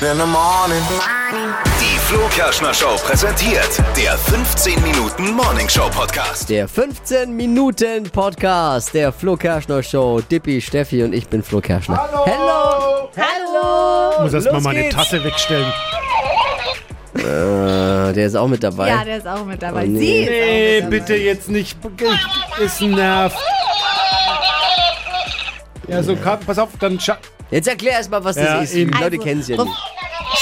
in the morning. Die Flo Kerschner Show präsentiert der 15 Minuten Morning Show Podcast. Der 15-Minuten-Podcast der Flo Kerschner Show. Dippi, Steffi und ich bin Flo Kerschner. Hallo! Hallo! muss erstmal Los meine geht's. Tasse wegstellen. Ah, der ist auch mit dabei. Ja, der ist auch mit dabei. Oh, nee. Sie ist Nee, auch mit dabei. bitte jetzt nicht. Ich- Es nervt. Ja, so, Ka- pass auf, dann. scha- Jetzt erklär erst mal, was Ja, das ist. eben. Die Leute Also, kennen es ja ruf- nicht.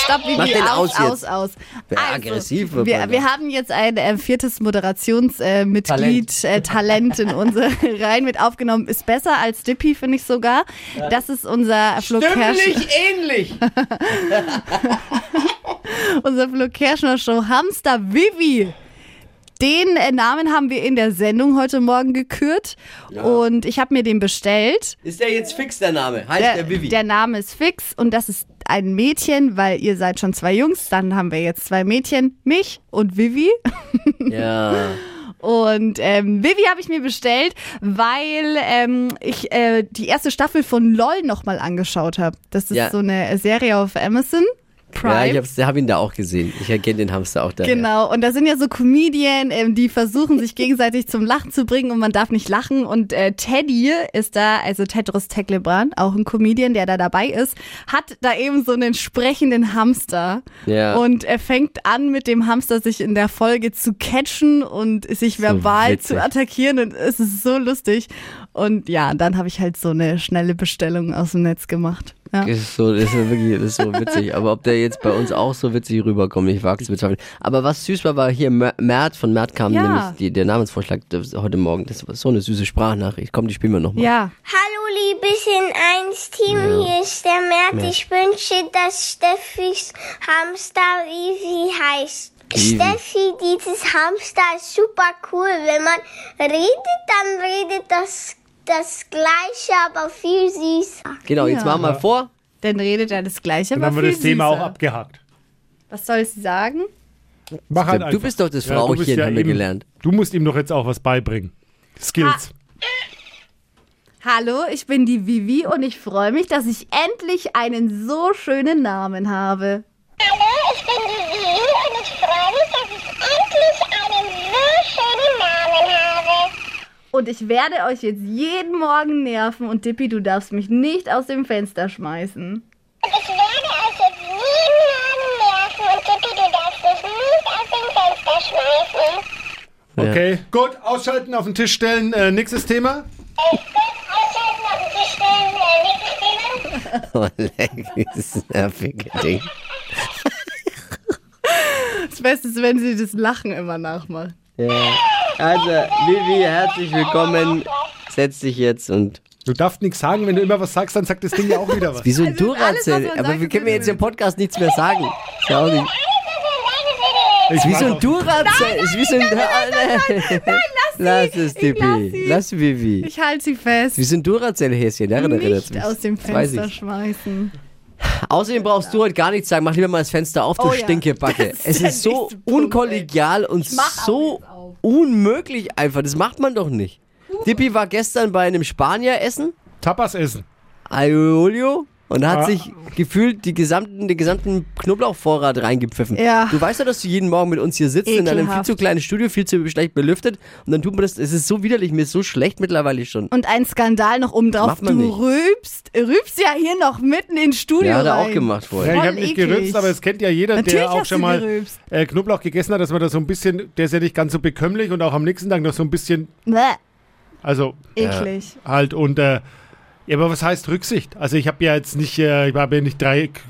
Stopp, Vivi, Mach den aus aus, jetzt. aus, aus. Also, Ja, aggressiv wird man wir, da. wir haben jetzt ein äh, viertes Moderationsmitglied, äh, Mitglied, äh, Talent in unsere Reihen mit aufgenommen. Ist besser als Dippy, finde ich sogar. Das ist unser Flo Kerschner, Stimmlich ähnlich. unser Flo Kerschner Show Hamster Vivi. Den äh, Namen haben wir in der Sendung heute Morgen gekürt und ich habe mir den bestellt. Ist der jetzt fix, der Name? Heißt der, Der, Vivi? der Name ist Fix und das ist ein Mädchen, weil ihr seid schon zwei Jungs, dann haben wir jetzt zwei Mädchen, mich und Vivi. ja. Und ähm, Vivi habe ich mir bestellt, weil ähm, ich äh, die erste Staffel von LOL nochmal angeschaut habe. Das ist Ja. so eine Serie auf Amazon ja, Prime. ich hab's- hab ihn da auch gesehen. Ich erkenne den Hamster auch da. Genau, und da sind ja so Comedien, ähm, die versuchen, sich gegenseitig zum Lachen zu bringen und man darf nicht lachen. Und äh, Teddy ist da, also Tedros Teklebran, auch ein Comedian, der da dabei ist, hat da eben so einen sprechenden Hamster. Ja. Und er fängt an, mit dem Hamster sich in der Folge zu catchen und sich verbal witzig. zu attackieren. Und es ist so lustig. Und ja, dann habe ich halt so eine schnelle Bestellung aus dem Netz gemacht. Ja. Das ist so, das ist wirklich das ist so witzig. Aber ob der jetzt bei uns auch so witzig rüberkommt, ich wage es zu bezweifeln. Aber was süß war, war hier Mer- Mert, von Mert kam Ja. nämlich die, der Namensvorschlag das- heute Morgen. Das war so eine süße Sprachnachricht. Komm, die spielen wir nochmal. Ja, Hallo liebes in 1 Team, hier ist der Mert. Ich wünsche, dass Steffis Hamster Vivi heißt. Vivi. Steffi, dieses Hamster ist super cool. Wenn man redet, dann redet das das gleiche, aber viel süßer. Genau, jetzt Ja. machen wir vor. dann redet er das Gleiche. Dann aber haben wir viel das Thema auch süßer. abgehakt. Was soll sie sagen? Mach halt Du einfach. bist doch das Ja, du Frauchen, bist haben wir eben- gelernt. Ah. Du musst ihm doch jetzt auch was beibringen. Skills. Hallo, ich bin die Vivi und ich freue mich, dass ich endlich einen so schönen Namen habe. Hallo, ich bin die Vivi und ich freue mich, dass ich endlich einen so schönen Namen habe. Und ich werde euch jetzt jeden Morgen nerven und Dippy, du darfst mich nicht aus dem Fenster schmeißen. Und ich werde euch jetzt jeden Morgen nerven und Tippi, du darfst dich nicht aus dem Fenster schmeißen. Okay, gut, ausschalten, auf den Tisch stellen. Äh, nächstes Thema. Es wird ausschalten auf die Stellen, äh, nächstes Thema. Oh, leck, dieses nervige Ding. Das Beste ist, wenn sie das Lachen immer nachmacht. Ja. Also, Vivi, herzlich willkommen. Setz dich jetzt und. Du darfst nichts sagen, wenn du immer was sagst, dann sagt das Ding ja auch wieder was. Wieso ein Also, alles, was man Duracell? sagt, Aber wir ist können mir witzig. jetzt im Podcast nichts mehr sagen. Ist ja auch nicht. Ich Ist wie weiß so ein auch- Duracell. Ist wie so ein. Lass sie. es, Ich lass Tippi. sie. Lass Vivi. Ich halte sie fest. Wir sind Duracell-Häschen, daran erinnert's Nicht mich. aus dem Das weiß Fenster ich. schmeißen. Außerdem brauchst du heute gar nichts sagen. Mach lieber mal das Fenster auf, du Oh ja, Stinkebacke. das ist es der ist so nächste Punkt, unkollegial und mach auch so jetzt auf. unmöglich einfach. Das macht man doch nicht. Dippi war gestern bei einem Spanier-Essen, Tapas essen. Aiolio, und hat Ah. sich gefühlt die gesamten, den gesamten Knoblauchvorrat reingepfiffen. Ja. Du weißt ja, dass du jeden Morgen mit uns hier sitzt in einem viel Ekelhaft. zu kleinen Studio, viel zu schlecht belüftet. Und dann tut man das. Es ist so widerlich, mir ist so schlecht mittlerweile schon. Und ein Skandal noch obendrauf. Macht man Du nicht. rübst, rübst ja hier noch mitten ins Studio. ja, hat er auch rein. gemacht Ja, vorher. ich Voll habe nicht eklig. gerülpst, aber es kennt ja jeder, Natürlich der auch hast schon du mal gerülpst. äh, Knoblauch gegessen hat, dass man da so ein bisschen, der ist ja nicht ganz so bekömmlich und auch am nächsten Tag noch so ein bisschen, Bäh, also eklig. halt und äh, ja, aber was heißt Rücksicht? Also ich habe ja jetzt nicht, äh, ich habe ja nicht drei K-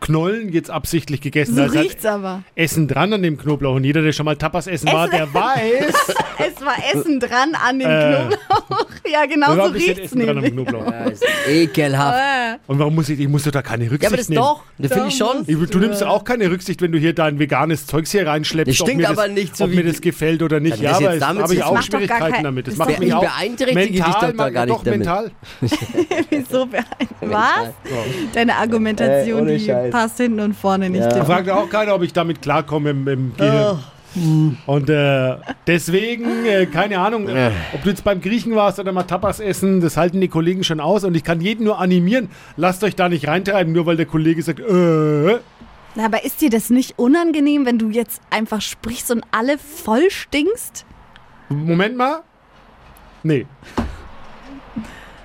Knoblauchknollen jetzt absichtlich gegessen. So da ist halt riecht's aber. Essen dran an dem Knoblauch und jeder, der schon mal Tapas essen war, der weiß, Es war Essen dran an dem Äh. Knoblauch. Ja, genau da war ein so bisschen riecht's Essen dran am nämlich. Knoblauch. Ja, ist Äh. ekelhaft. Und warum muss ich, ich muss doch da keine Rücksicht Ja, aber das nehmen? doch. Das finde ich schon. Ich, du nimmst auch keine Rücksicht, wenn du hier dein veganes Zeugs hier reinschleppst. Das stinkt ob mir aber das, nicht so ob wie mir die- das gefällt oder nicht. Also Ja, das aber jetzt das damit habe ich jetzt- auch macht doch gar Schwierigkeiten kein- damit. Das ist macht doch- mich Ich auch beeinträchtige dich mental, doch da mal- gar doch, nicht damit. mental. So beeindruckend. Was? Deine Argumentation, Ey, ohne die Scheiß. passt hinten und vorne nicht. Da fragt auch keiner, ob ich damit klarkomme im, im Gehirn. Und äh, deswegen, äh, keine Ahnung, äh, ob du jetzt beim Griechen warst oder mal Tapas essen, das halten die Kollegen schon aus. Und ich kann jeden nur animieren, lasst euch da nicht reintreiben, nur weil der Kollege sagt, äh. Na, Aber ist dir das nicht unangenehm, wenn du jetzt einfach sprichst und alle voll stinkst? Moment mal. Nee.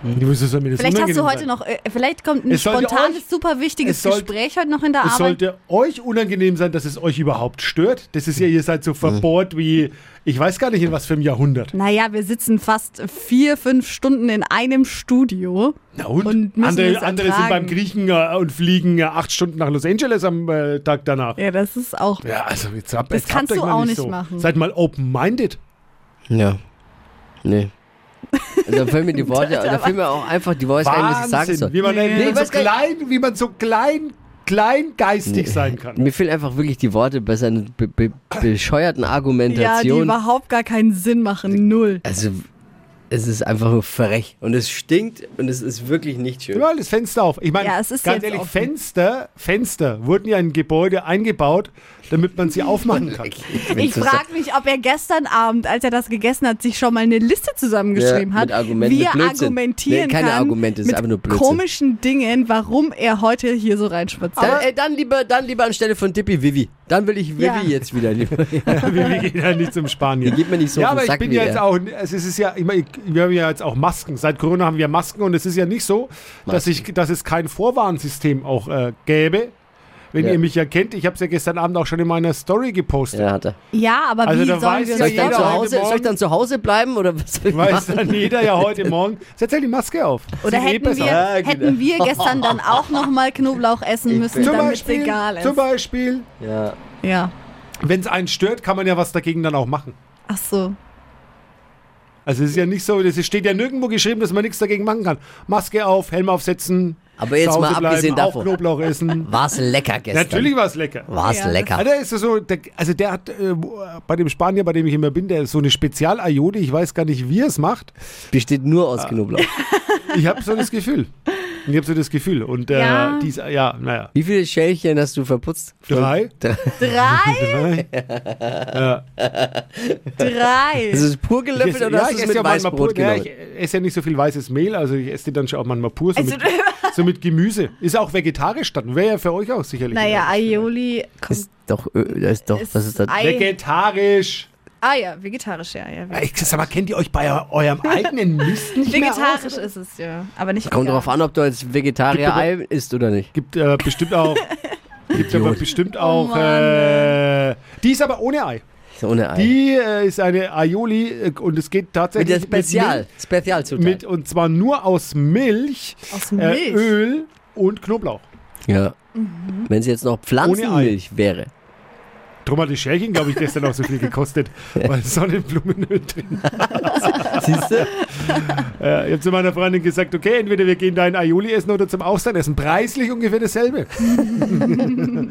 Wieso soll mir das Vielleicht hast unangenehm du heute sein? noch, äh, vielleicht kommt ein Es sollte spontanes, euch- super wichtiges es sollte- Gespräch heute noch in der Es Arbeit. sollte euch unangenehm sein, dass es euch überhaupt stört. Das ist ja, Hm. ihr seid so verbohrt wie, ich weiß gar nicht, in was für einem Jahrhundert. Naja, wir sitzen fast vier, fünf Stunden in einem Studio. Na und? Und müssen es andere andere sind beim ertragen. Griechen äh, und fliegen äh, acht Stunden nach Los Angeles am äh, Tag danach. Ja, das ist auch. Ja, also jetzt habt Das jetzt habt kannst euch du mal auch nicht so. machen. Seid mal open-minded. Ja. Nee. Da fehlen mir die Worte, da fehlen mir auch einfach die Worte, ein, was ich sagen soll. Wahnsinn, wie man, Nee, wie man so weiß gar klein, wie man so klein, kleingeistig sein kann. Mir fehlen einfach wirklich die Worte bei seiner be be bescheuerten Ja, die Argumentation. überhaupt gar keinen Sinn machen. Null. also, es ist einfach nur frech. Und es stinkt und es ist wirklich nicht schön. Überall das Fenster auf. Ich meine, Ja, es ist ganz jetzt ehrlich, offen. Fenster, Fenster wurden ja in Gebäude eingebaut, damit man sie aufmachen kann. Ich frage mich, ob er gestern Abend, als er das gegessen hat, sich schon mal eine Liste zusammengeschrieben Ja, hat, mit Argumenten, wie mit er Blödsinn. argumentieren Nee, keine kann Argumente, es ist mit einfach nur Blödsinn. komischen Dingen, warum er heute hier so reinspaziert. Dann, ey, dann lieber, dann lieber anstelle von Tippi Vivi. Dann will ich Vivi Ja. jetzt wieder. Lieber. wir, wir gehen ja nicht zum Spanier. Ihr geht mir nicht so ja, auf den aber ich Sack bin wie ja er. jetzt auch, es ist ja, ich meine, wir haben ja jetzt auch Masken. Seit Corona haben wir Masken und es ist ja nicht so, dass, ich, dass es kein Vorwarnsystem auch äh, gäbe. Wenn Ja. ihr mich ja kennt, ich habe es ja gestern Abend auch schon in meiner Story gepostet. Ja, hat er. ja, aber Also wie da sollen weiß Soll ja wir das ich, dann jeder dann zu heute Hause, soll ich Morgen- dann zu Hause bleiben oder was soll ich Weiß machen? dann jeder ja heute Morgen. Setz halt die Maske auf. Oder Sieht eh hätten besser wir, aus. Ja, genau. hätten wir gestern dann auch nochmal Knoblauch essen müssen, Zum damit es Beispiel, egal ist. zum Beispiel Ja. Ja. wenn es einen stört, kann man ja was dagegen dann auch machen. Ach so. Also es ist ja nicht so, es steht ja nirgendwo geschrieben, dass man nichts dagegen machen kann. Maske auf, Helm aufsetzen, Aber jetzt zu Hause mal bleiben, abgesehen auch davon. Knoblauch essen. War's lecker gestern. Natürlich war es lecker. War's Ja, das- lecker. Alter, ist das so, der, also der hat äh, bei dem Spanier, bei dem ich immer bin, der ist so eine Spezialajode, ich weiß gar nicht, wie er Ah. es macht. Besteht nur aus Knoblauch. Ich habe so das Gefühl. Ich habe so das Gefühl. Und äh, Ja. ja. dies, ja, naja. Wie viele Schälchen hast du verputzt? Drei. Drei, Drei. drei. Ist es pur gelöffelt esse- oder hast du es esse mit ja manchmal Weißbrot pur, ja, genommen? ich esse ja nicht so viel weißes Mehl, also ich esse die dann schon auch manchmal pur, so, Also- mit, so mit Gemüse. Ist auch vegetarisch dann, wäre ja für euch auch sicherlich. Naja, Aioli kommt. Ist doch, Ö- da ist doch, was ist das? Ei. Vegetarisch. Ah ja, vegetarisch, ja. ja. Ich sag mal, kennt ihr euch bei eurem eigenen Mist nicht mehr aus? Vegetarisch ist es, ja. Aber nicht Kommt vegan. darauf an, ob du als Vegetarier Ei isst oder nicht. Gibt äh, bestimmt auch, gibt aber bestimmt auch, Oh Mann, äh, die ist aber ohne Ei. Ist Ohne Ei. Die äh, ist eine Aioli äh, und es geht mit tatsächlich der Spezial, Spezialzutat. mit, mit und zwar nur aus Milch, Aus Äh, Milch. Öl und Knoblauch. ja. Wenn sie jetzt noch Pflanzenmilch wäre. Drum hat die Schälchen, glaube ich, gestern auch so viel gekostet, weil Sonnenblumenöl drin war. Siehst du? Äh, ich habe zu meiner Freundin gesagt, okay, entweder wir gehen da in Aioli essen oder zum Austern essen. Preislich ungefähr dasselbe.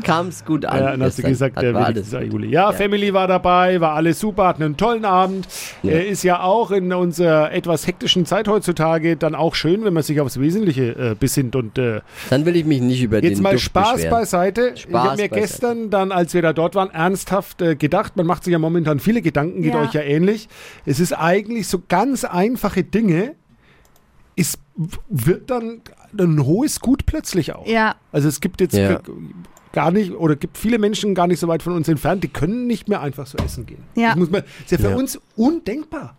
Kam es gut an. Ja, dann hast du gestern. gesagt, Hat der war wenigstens alles. Aioli. Ja, Family war dabei, war alles super, hatten einen tollen Abend. Ja. Äh, ist ja auch in unserer etwas hektischen Zeit heutzutage dann auch schön, wenn man sich aufs Wesentliche äh, besinnt und äh, Dann will ich mich nicht über Jetzt den mal Duft Spaß beschweren. beiseite. ich Spaß habe mir beiseite. gestern dann, als wir da dort waren, ernsthaft äh, gedacht, man macht sich ja momentan viele Gedanken, geht Ja. euch ja ähnlich. Es ist eigentlich so ganz einfache Dinge, es w- wird dann ein hohes Gut plötzlich auch. Ja. Also es gibt jetzt Ja. g- gar nicht, oder gibt viele Menschen gar nicht so weit von uns entfernt, die können nicht mehr einfach so essen gehen. Ja. Das muss man, ist ja für Ja. uns undenkbar.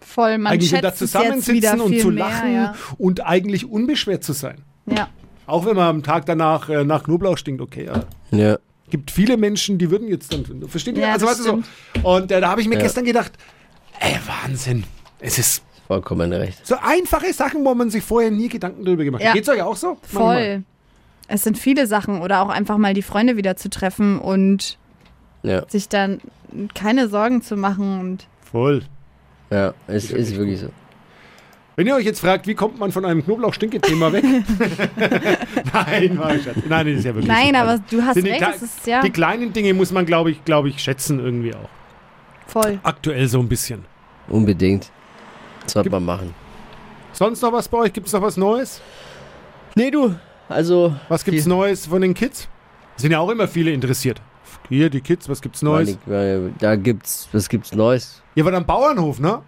Voll, man eigentlich schätzt da es jetzt wieder zusammensitzen und viel zu mehr, lachen Ja. und eigentlich unbeschwert zu sein. ja. Auch wenn man am Tag danach äh, nach Knoblauch stinkt, okay. Ja. Ja. Gibt viele Menschen, die würden jetzt dann. Versteht ihr? Ja, also, das weißt du so. Und äh, da habe ich mir Ja. gestern gedacht, ey, Wahnsinn. Es ist Vollkommen recht. so einfache Sachen, wo man sich vorher nie Gedanken drüber gemacht hat. Ja. Geht's euch auch so? Manchmal. Voll. Es sind viele Sachen oder auch einfach mal die Freunde wieder zu treffen und Ja, sich dann keine Sorgen zu machen und Voll. ja. Es ist wirklich so. Wenn ihr euch jetzt fragt, wie kommt man von einem Knoblauch-Stinke-Thema weg? Nein, war ein Scherz. Nein, das ist ja wirklich Nein, so. aber du hast Sind die, recht, kle- es ist ja die kleinen Dinge muss man, glaube ich, glaube ich, schätzen irgendwie auch. voll. Aktuell so ein bisschen. Unbedingt. Sollte man machen. Sonst noch was bei euch? Gibt es noch was Neues? Nee, du. Also. Was gibt's Viel- Neues von den Kids? Sind ja auch immer viele interessiert. Hier, die Kids, was gibt's Neues? Meine- Da gibt's, was gibt's Neues? Ihr wart am Bauernhof, ne?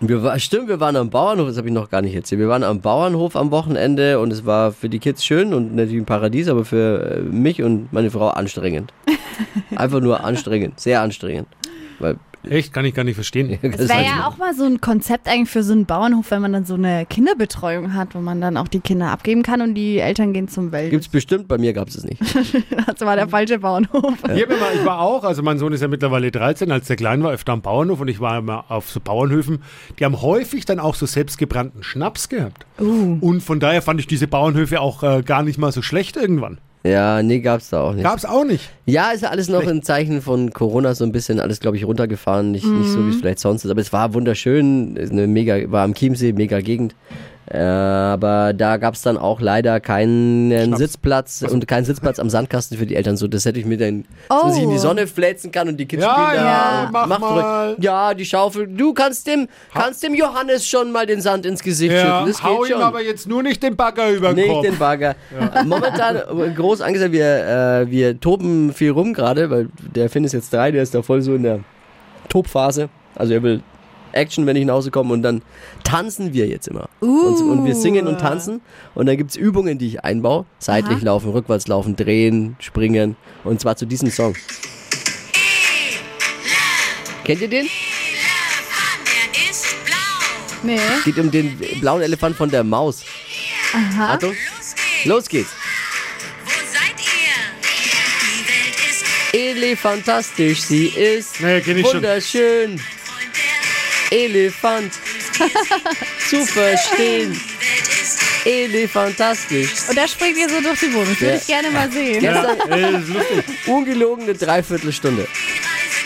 Wir war, stimmt, wir waren am Bauernhof, das habe ich noch gar nicht erzählt. Wir waren am Bauernhof am Wochenende und es war für die Kids schön und natürlich ein Paradies, aber für äh, mich und meine Frau anstrengend. Einfach nur anstrengend, sehr anstrengend. Weil, Echt, kann ich gar nicht verstehen. Das wäre ja auch mal so ein Konzept eigentlich für so einen Bauernhof, wenn man dann so eine Kinderbetreuung hat, wo man dann auch die Kinder abgeben kann und die Eltern gehen zum Welt. Gibt's bestimmt, bei mir gab's es nicht. Das war der falsche Bauernhof. Ich, hab immer, ich war auch, also mein Sohn ist ja mittlerweile 13, als der klein war, öfter am Bauernhof und ich war immer auf so Bauernhöfen. Die haben häufig dann auch so selbstgebrannten Schnaps gehabt. Und von daher fand ich diese Bauernhöfe auch äh, gar nicht mal so schlecht irgendwann. Ja, nee, gab's da auch nicht. Gab's auch nicht. Ja, ist ja alles noch im Zeichen von Corona so ein bisschen alles, glaube ich, runtergefahren. Nicht, nicht so, wie es vielleicht sonst ist. Aber es war wunderschön. Ist eine mega, war am Chiemsee, mega Gegend. Äh, aber da gab's dann auch leider keinen Sitzplatz Also und keinen Sitzplatz am Sandkasten für die Eltern. So, das hätte ich mir dann, dass man sich in die Oh. Sonne fläzen kann und die Kids Ja, spielen ja, da. und mach macht mal. ruhig. Ja, die Schaufel. Du kannst dem, kannst dem Johannes schon mal den Sand ins Gesicht Ja, schütten. Das hau geht ihm schon. aber jetzt nur nicht den Bagger über den Nicht Kopf. den Bagger. Momentan äh, groß angesagt, wir, äh, wir toben viel rum gerade, weil der Finn ist jetzt drei, der ist da voll so in der Tobphase. Also er will Action, wenn ich nach Hause komme und dann tanzen wir jetzt immer. Und, und wir singen und tanzen und dann gibt's Übungen, die ich einbaue. Seitlich laufen, rückwärts laufen, drehen, springen und zwar zu diesem Song. Kennt ihr den? Nee. Geht um den blauen Elefant von der Maus. Aha. Achtung, los geht's. Elefantastisch, sie ist Nee, kenn ich schon. wunderschön. Elefant zu verstehen. Elefantastisch. Und da springt ihr so durch die Wohnung. Das würde ich gerne mal sehen. Ja, äh, das ist lustig. Ungelogene Dreiviertelstunde.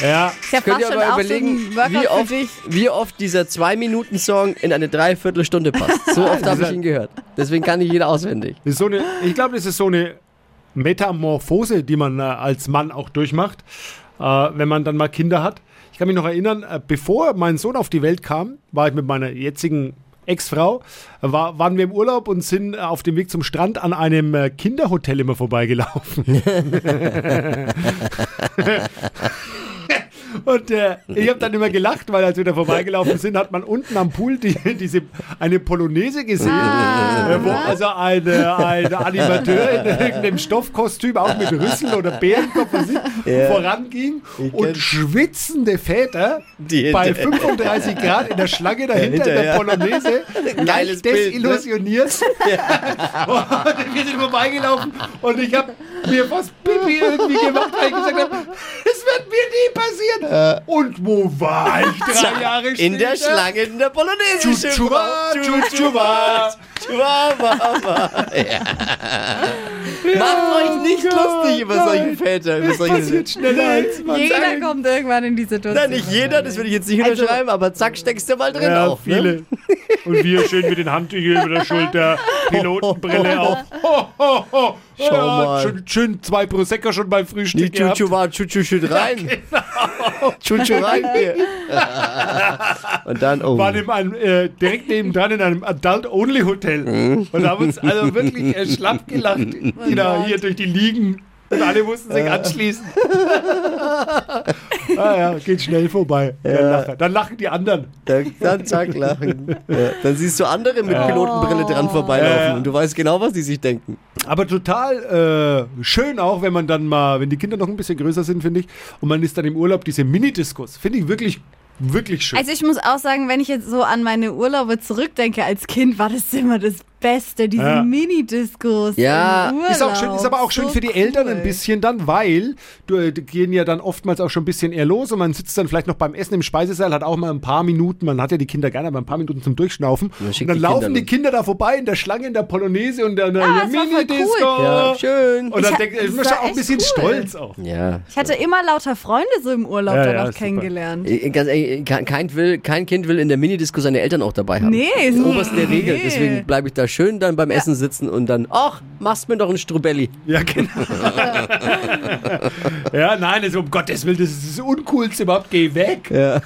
Ja, Ist ja Könnt fast ihr schon aber auch überlegen, so ein Workout wie oft, für dich. wie oft dieser 2-Minuten-Song in eine Dreiviertelstunde passt. So oft habe ich ihn gehört. Deswegen kann ich ihn auswendig. das ist so eine, ich glaube, das ist so eine Metamorphose, die man äh, als Mann auch durchmacht, äh, wenn man dann mal Kinder hat. Ich kann mich noch erinnern, äh, bevor mein Sohn auf die Welt kam, war ich mit meiner jetzigen Ex-Frau, äh, war, waren wir im Urlaub und sind äh, auf dem Weg zum Strand an einem äh, Kinderhotel immer vorbeigelaufen. Und äh, ich habe dann immer gelacht, weil als wir da vorbeigelaufen sind, hat man unten am Pool die, diese, eine Polonaise gesehen, Ah. äh, wo also ein, äh, ein Animateur in irgendeinem Stoffkostüm, auch mit Rüssel oder Bärenkopf und so, voranging und schwitzende Väter Die bei hinter- 35 Grad in der Schlange dahinter in der hinterher. Polonaise Geiles leicht Bild, ne? desillusioniert. Und wir sind vorbeigelaufen und ich habe mir fast Pipi irgendwie gemacht, weil ich gesagt habe, es wird mir nie passieren. Und wo war ich drei Jahre später? Äh. In der Schlange, in der Polonaise. Chuchuba, chuchuba. Chihuahua. Ja. Macht euch nicht Gott, lustig über solche nein. Väter. Über Das solche passiert schneller als man Jeder denkt. kommt irgendwann in die Nein, Situation. nicht jeder, das würde ich jetzt nicht unterschreiben, aber zack, steckst du mal drin Ja, auf. Ne? viele. Und wir schön mit den Handtüchern über der Schulter, Pilotenbrille Oh, auf. Ho, ho, ho. Schau mal. Schön, schön zwei Prosecco schon beim Frühstück Die gehabt. Chuchu war Chuchu schütt rein. Chuchu rein hier. Und dann, oh. waren in einem, äh, direkt nebendran in einem Mhm. Adult-Only-Hotel und haben uns also wirklich äh, schlapp gelacht, Oh die da hier durch die Liegen und alle mussten sich anschließen. ah ja, geht schnell vorbei. Der Lacher. Dann lachen die anderen. Dann, dann zack, lachen. Ja, dann siehst du andere mit Pilotenbrille dran vorbeilaufen Ja. und du weißt genau, was die sich denken. Aber total äh, schön auch, wenn man dann mal, wenn die Kinder noch ein bisschen größer sind, finde ich, und man ist dann im Urlaub diese Mini-Diskus. Finde ich wirklich, wirklich schön. Also ich muss auch sagen, wenn ich jetzt so an meine Urlaube zurückdenke als Kind, war das immer das Beste, diese Ja. Mini-Discos. Ja. im Ist auch Also Urlaub. schön, ist aber auch schön So für die Eltern cool. ein bisschen dann, weil du, äh, die gehen ja dann oftmals auch schon ein bisschen eher los und man sitzt dann vielleicht noch beim Essen im Speisesaal, hat auch mal ein paar Minuten, man hat ja die Kinder gerne, aber ein paar Minuten zum Durchschnaufen. dann Und schickt dann die laufen Kinder die los. Kinder da vorbei in der Schlange, in der Polonaise und dann Ah, ah, das war voll Mini-Disco. cool. Ja, schön. Und Ich dann hab- denkt ich das bin schon war auch ein echt bisschen cool. stolz auch. Ja. Ich hatte immer lauter Freunde so im Urlaub Ja, dann ja, auch ist super. kennengelernt. Äh, Ganz ehrlich, kein, kein will, kein Kind will in der Minidisco seine Eltern auch dabei haben. Nee, das ist- ist oberste der Regel. nee. Deswegen bleibe ich da schön dann beim Essen sitzen und dann, ach, machst mir doch ein Strubelli. Ja, genau. ja, nein, also um Gottes Willen, das ist das Uncoolste überhaupt, geh weg. Ja.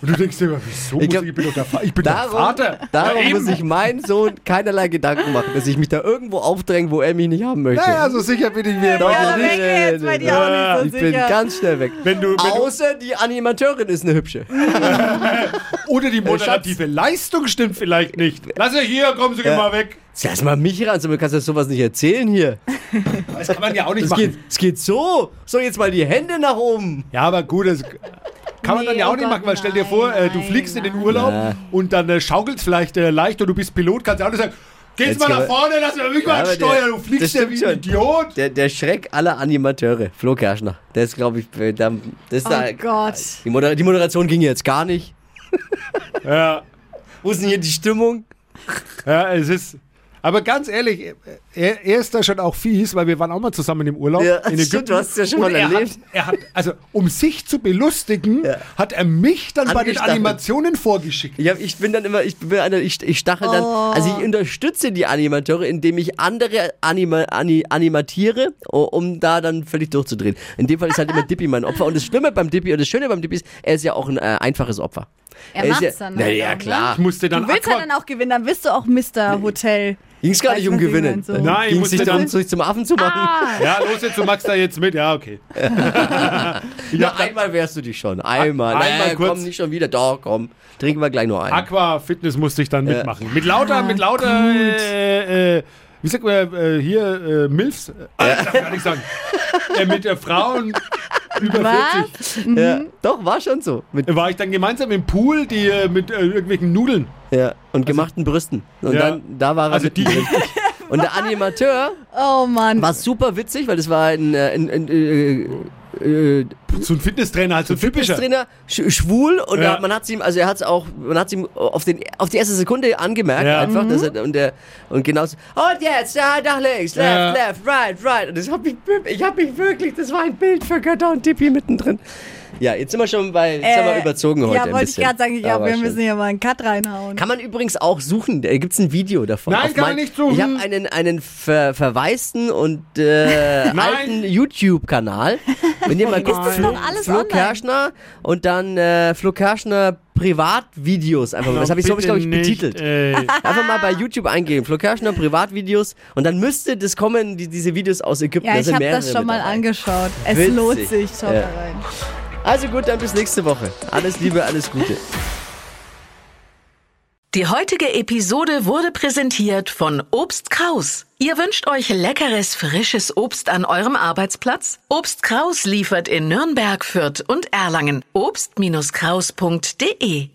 Und du denkst dir, immer, Ich wieso muss ich, glaub- ich bin doch der, Fa ich bin Darum, der Vater. darum ja, muss eben. sich mein Sohn keinerlei Gedanken machen, dass ich mich da irgendwo aufdränge, wo er mich nicht haben möchte. Naja, so sicher bin ich mir. Doch, Ja, da nee, bin ich nee, jetzt bei nee, dir auch ich nicht so bin sicher. ganz schnell weg. Wenn du, wenn du, Außer die Animateurin ist eine hübsche. oder Äh, die moderative Leistung stimmt vielleicht nicht. Lass sie hier, kommen Sie geh Ja. mal weg. Lass mal mich ran, du kannst das sowas nicht erzählen hier. Das kann man ja auch nicht Es machen. geht, es geht so. So, jetzt mal die Hände nach oben. Ja, aber gut, das kann man Nee, dann ja auch oh nicht Gott, machen, weil stell dir vor, äh, du nein, fliegst in den nein. Urlaub Ja. und dann äh, schaukelst vielleicht äh, leicht und du bist Pilot, kannst ja auch nicht sagen, gehst Jetzt mal nach kann man- vorne, lass mir mich mal aber der- steuern, du das fliegst ja stimmt wie ein schon. Idiot. Der, der Schreck aller Animateure. Flo Kerschner. Der ist, glaube ich, äh, da, das ist Oh da, Gott. Die, Moder die Moderation ging jetzt gar nicht. Ja, Wo ist denn hier die Stimmung? ja, es ist... Aber ganz ehrlich, er, er ist da schon auch fies, weil wir waren auch mal zusammen im Urlaub Ja, in stimmt, Ägypten. du hast es ja schon Und mal er erlebt. Hat, er hat, also um sich zu belustigen, Ja. hat er mich dann bei den Angestachelt. Animationen vorgeschickt. Ich, hab, ich bin dann immer, ich, bin einer, ich, ich stachel dann, Oh. also ich unterstütze die Animateure, indem ich andere anima, ani, animatiere, o- um da dann völlig durchzudrehen. In dem Fall ist halt immer Dippy mein Opfer. Und das Schlimme beim Dippy und das Schöne beim Dippy ist, er ist ja auch ein äh, einfaches Opfer. Er ist macht's ja, dann Na halt ja, auch, ne? klar. Ich musste dann Du willst ja Aqua- dann auch gewinnen, dann bist du auch Mr. Hotel. Ging es gar Weiß, nicht um was ich Gewinnen. mein, so. Ah. Dann Nein, ich Ging's muss sich mit- darum, sich zum Affen zu machen. Ja, los jetzt, du magst da jetzt mit. Ja, okay. ich Ja, hab da- einmal wärst du dich schon. Einmal. einmal Nein, kurz. komm, nicht schon wieder. Doch, komm. Trinken wir gleich nur einen. Aqua-Fitness musste ich dann mitmachen. Mit lauter, mit Ah, lauter, äh, äh, wie sagt man, äh, hier, äh, Milfs? Äh, Das darf ich gar nicht sagen. äh, mit äh, Frauen über Was? 40 ja, doch, war schon so. Mit, war ich dann gemeinsam im Pool, die äh, mit äh, irgendwelchen Nudeln. ja, und gemachten Brüsten. Und Also Ja. dann, da war er Also also mittendrin. Und der Animateur Oh Mann. war super witzig, weil das war ein, äh, ein, ein, äh, äh, So ein Fitnesstrainer, halt so ein typischer. Fitnesstrainer, sch schwul und Ja. da- man hat ihm, also er hat auch, man hat ihm auf den, auf die erste Sekunde angemerkt Ja. einfach, dass Mhm. er, und der und genauso und jetzt ja, nach links, left, Ja. left, right, right und das hab mich, ich hab mich wirklich, das war ein Bild für Götter und Tippi mittendrin. Ja, jetzt sind wir schon bei, jetzt haben wir Äh, überzogen heute Ja, ein wollte ich bisschen. gerade sagen, ich glaube, Aber wir schön. müssen hier mal einen Cut reinhauen. Kann man übrigens auch suchen. Da gibt's ein Video davon. Nein, kann man nicht suchen. Ich habe einen, einen ver verwaisten und äh, alten YouTube-Kanal. Wenn ihr mal guckt, das Flo, noch alles Flo online? Kerschner und dann äh, Flo Kerschner Privatvideos einfach mal. Das habe ich, so hab ich glaube ich, Bitte nicht, betitelt. Äh, Einfach mal bei YouTube eingeben. Flo Kerschner Privatvideos und dann müsste das kommen, die, diese Videos aus Ägypten. ja, Da ich sind habe mehrere das schon mit mal dabei. angeschaut. Es Witzig. lohnt sich. Schaut Ja. da rein. Also gut, dann bis nächste Woche. Alles Liebe, alles Gute. Die heutige Episode wurde präsentiert von Obst Kraus. Ihr wünscht euch leckeres, frisches Obst an eurem Arbeitsplatz? Obst Kraus liefert in Nürnberg, Fürth und Erlangen. Obst-Kraus.de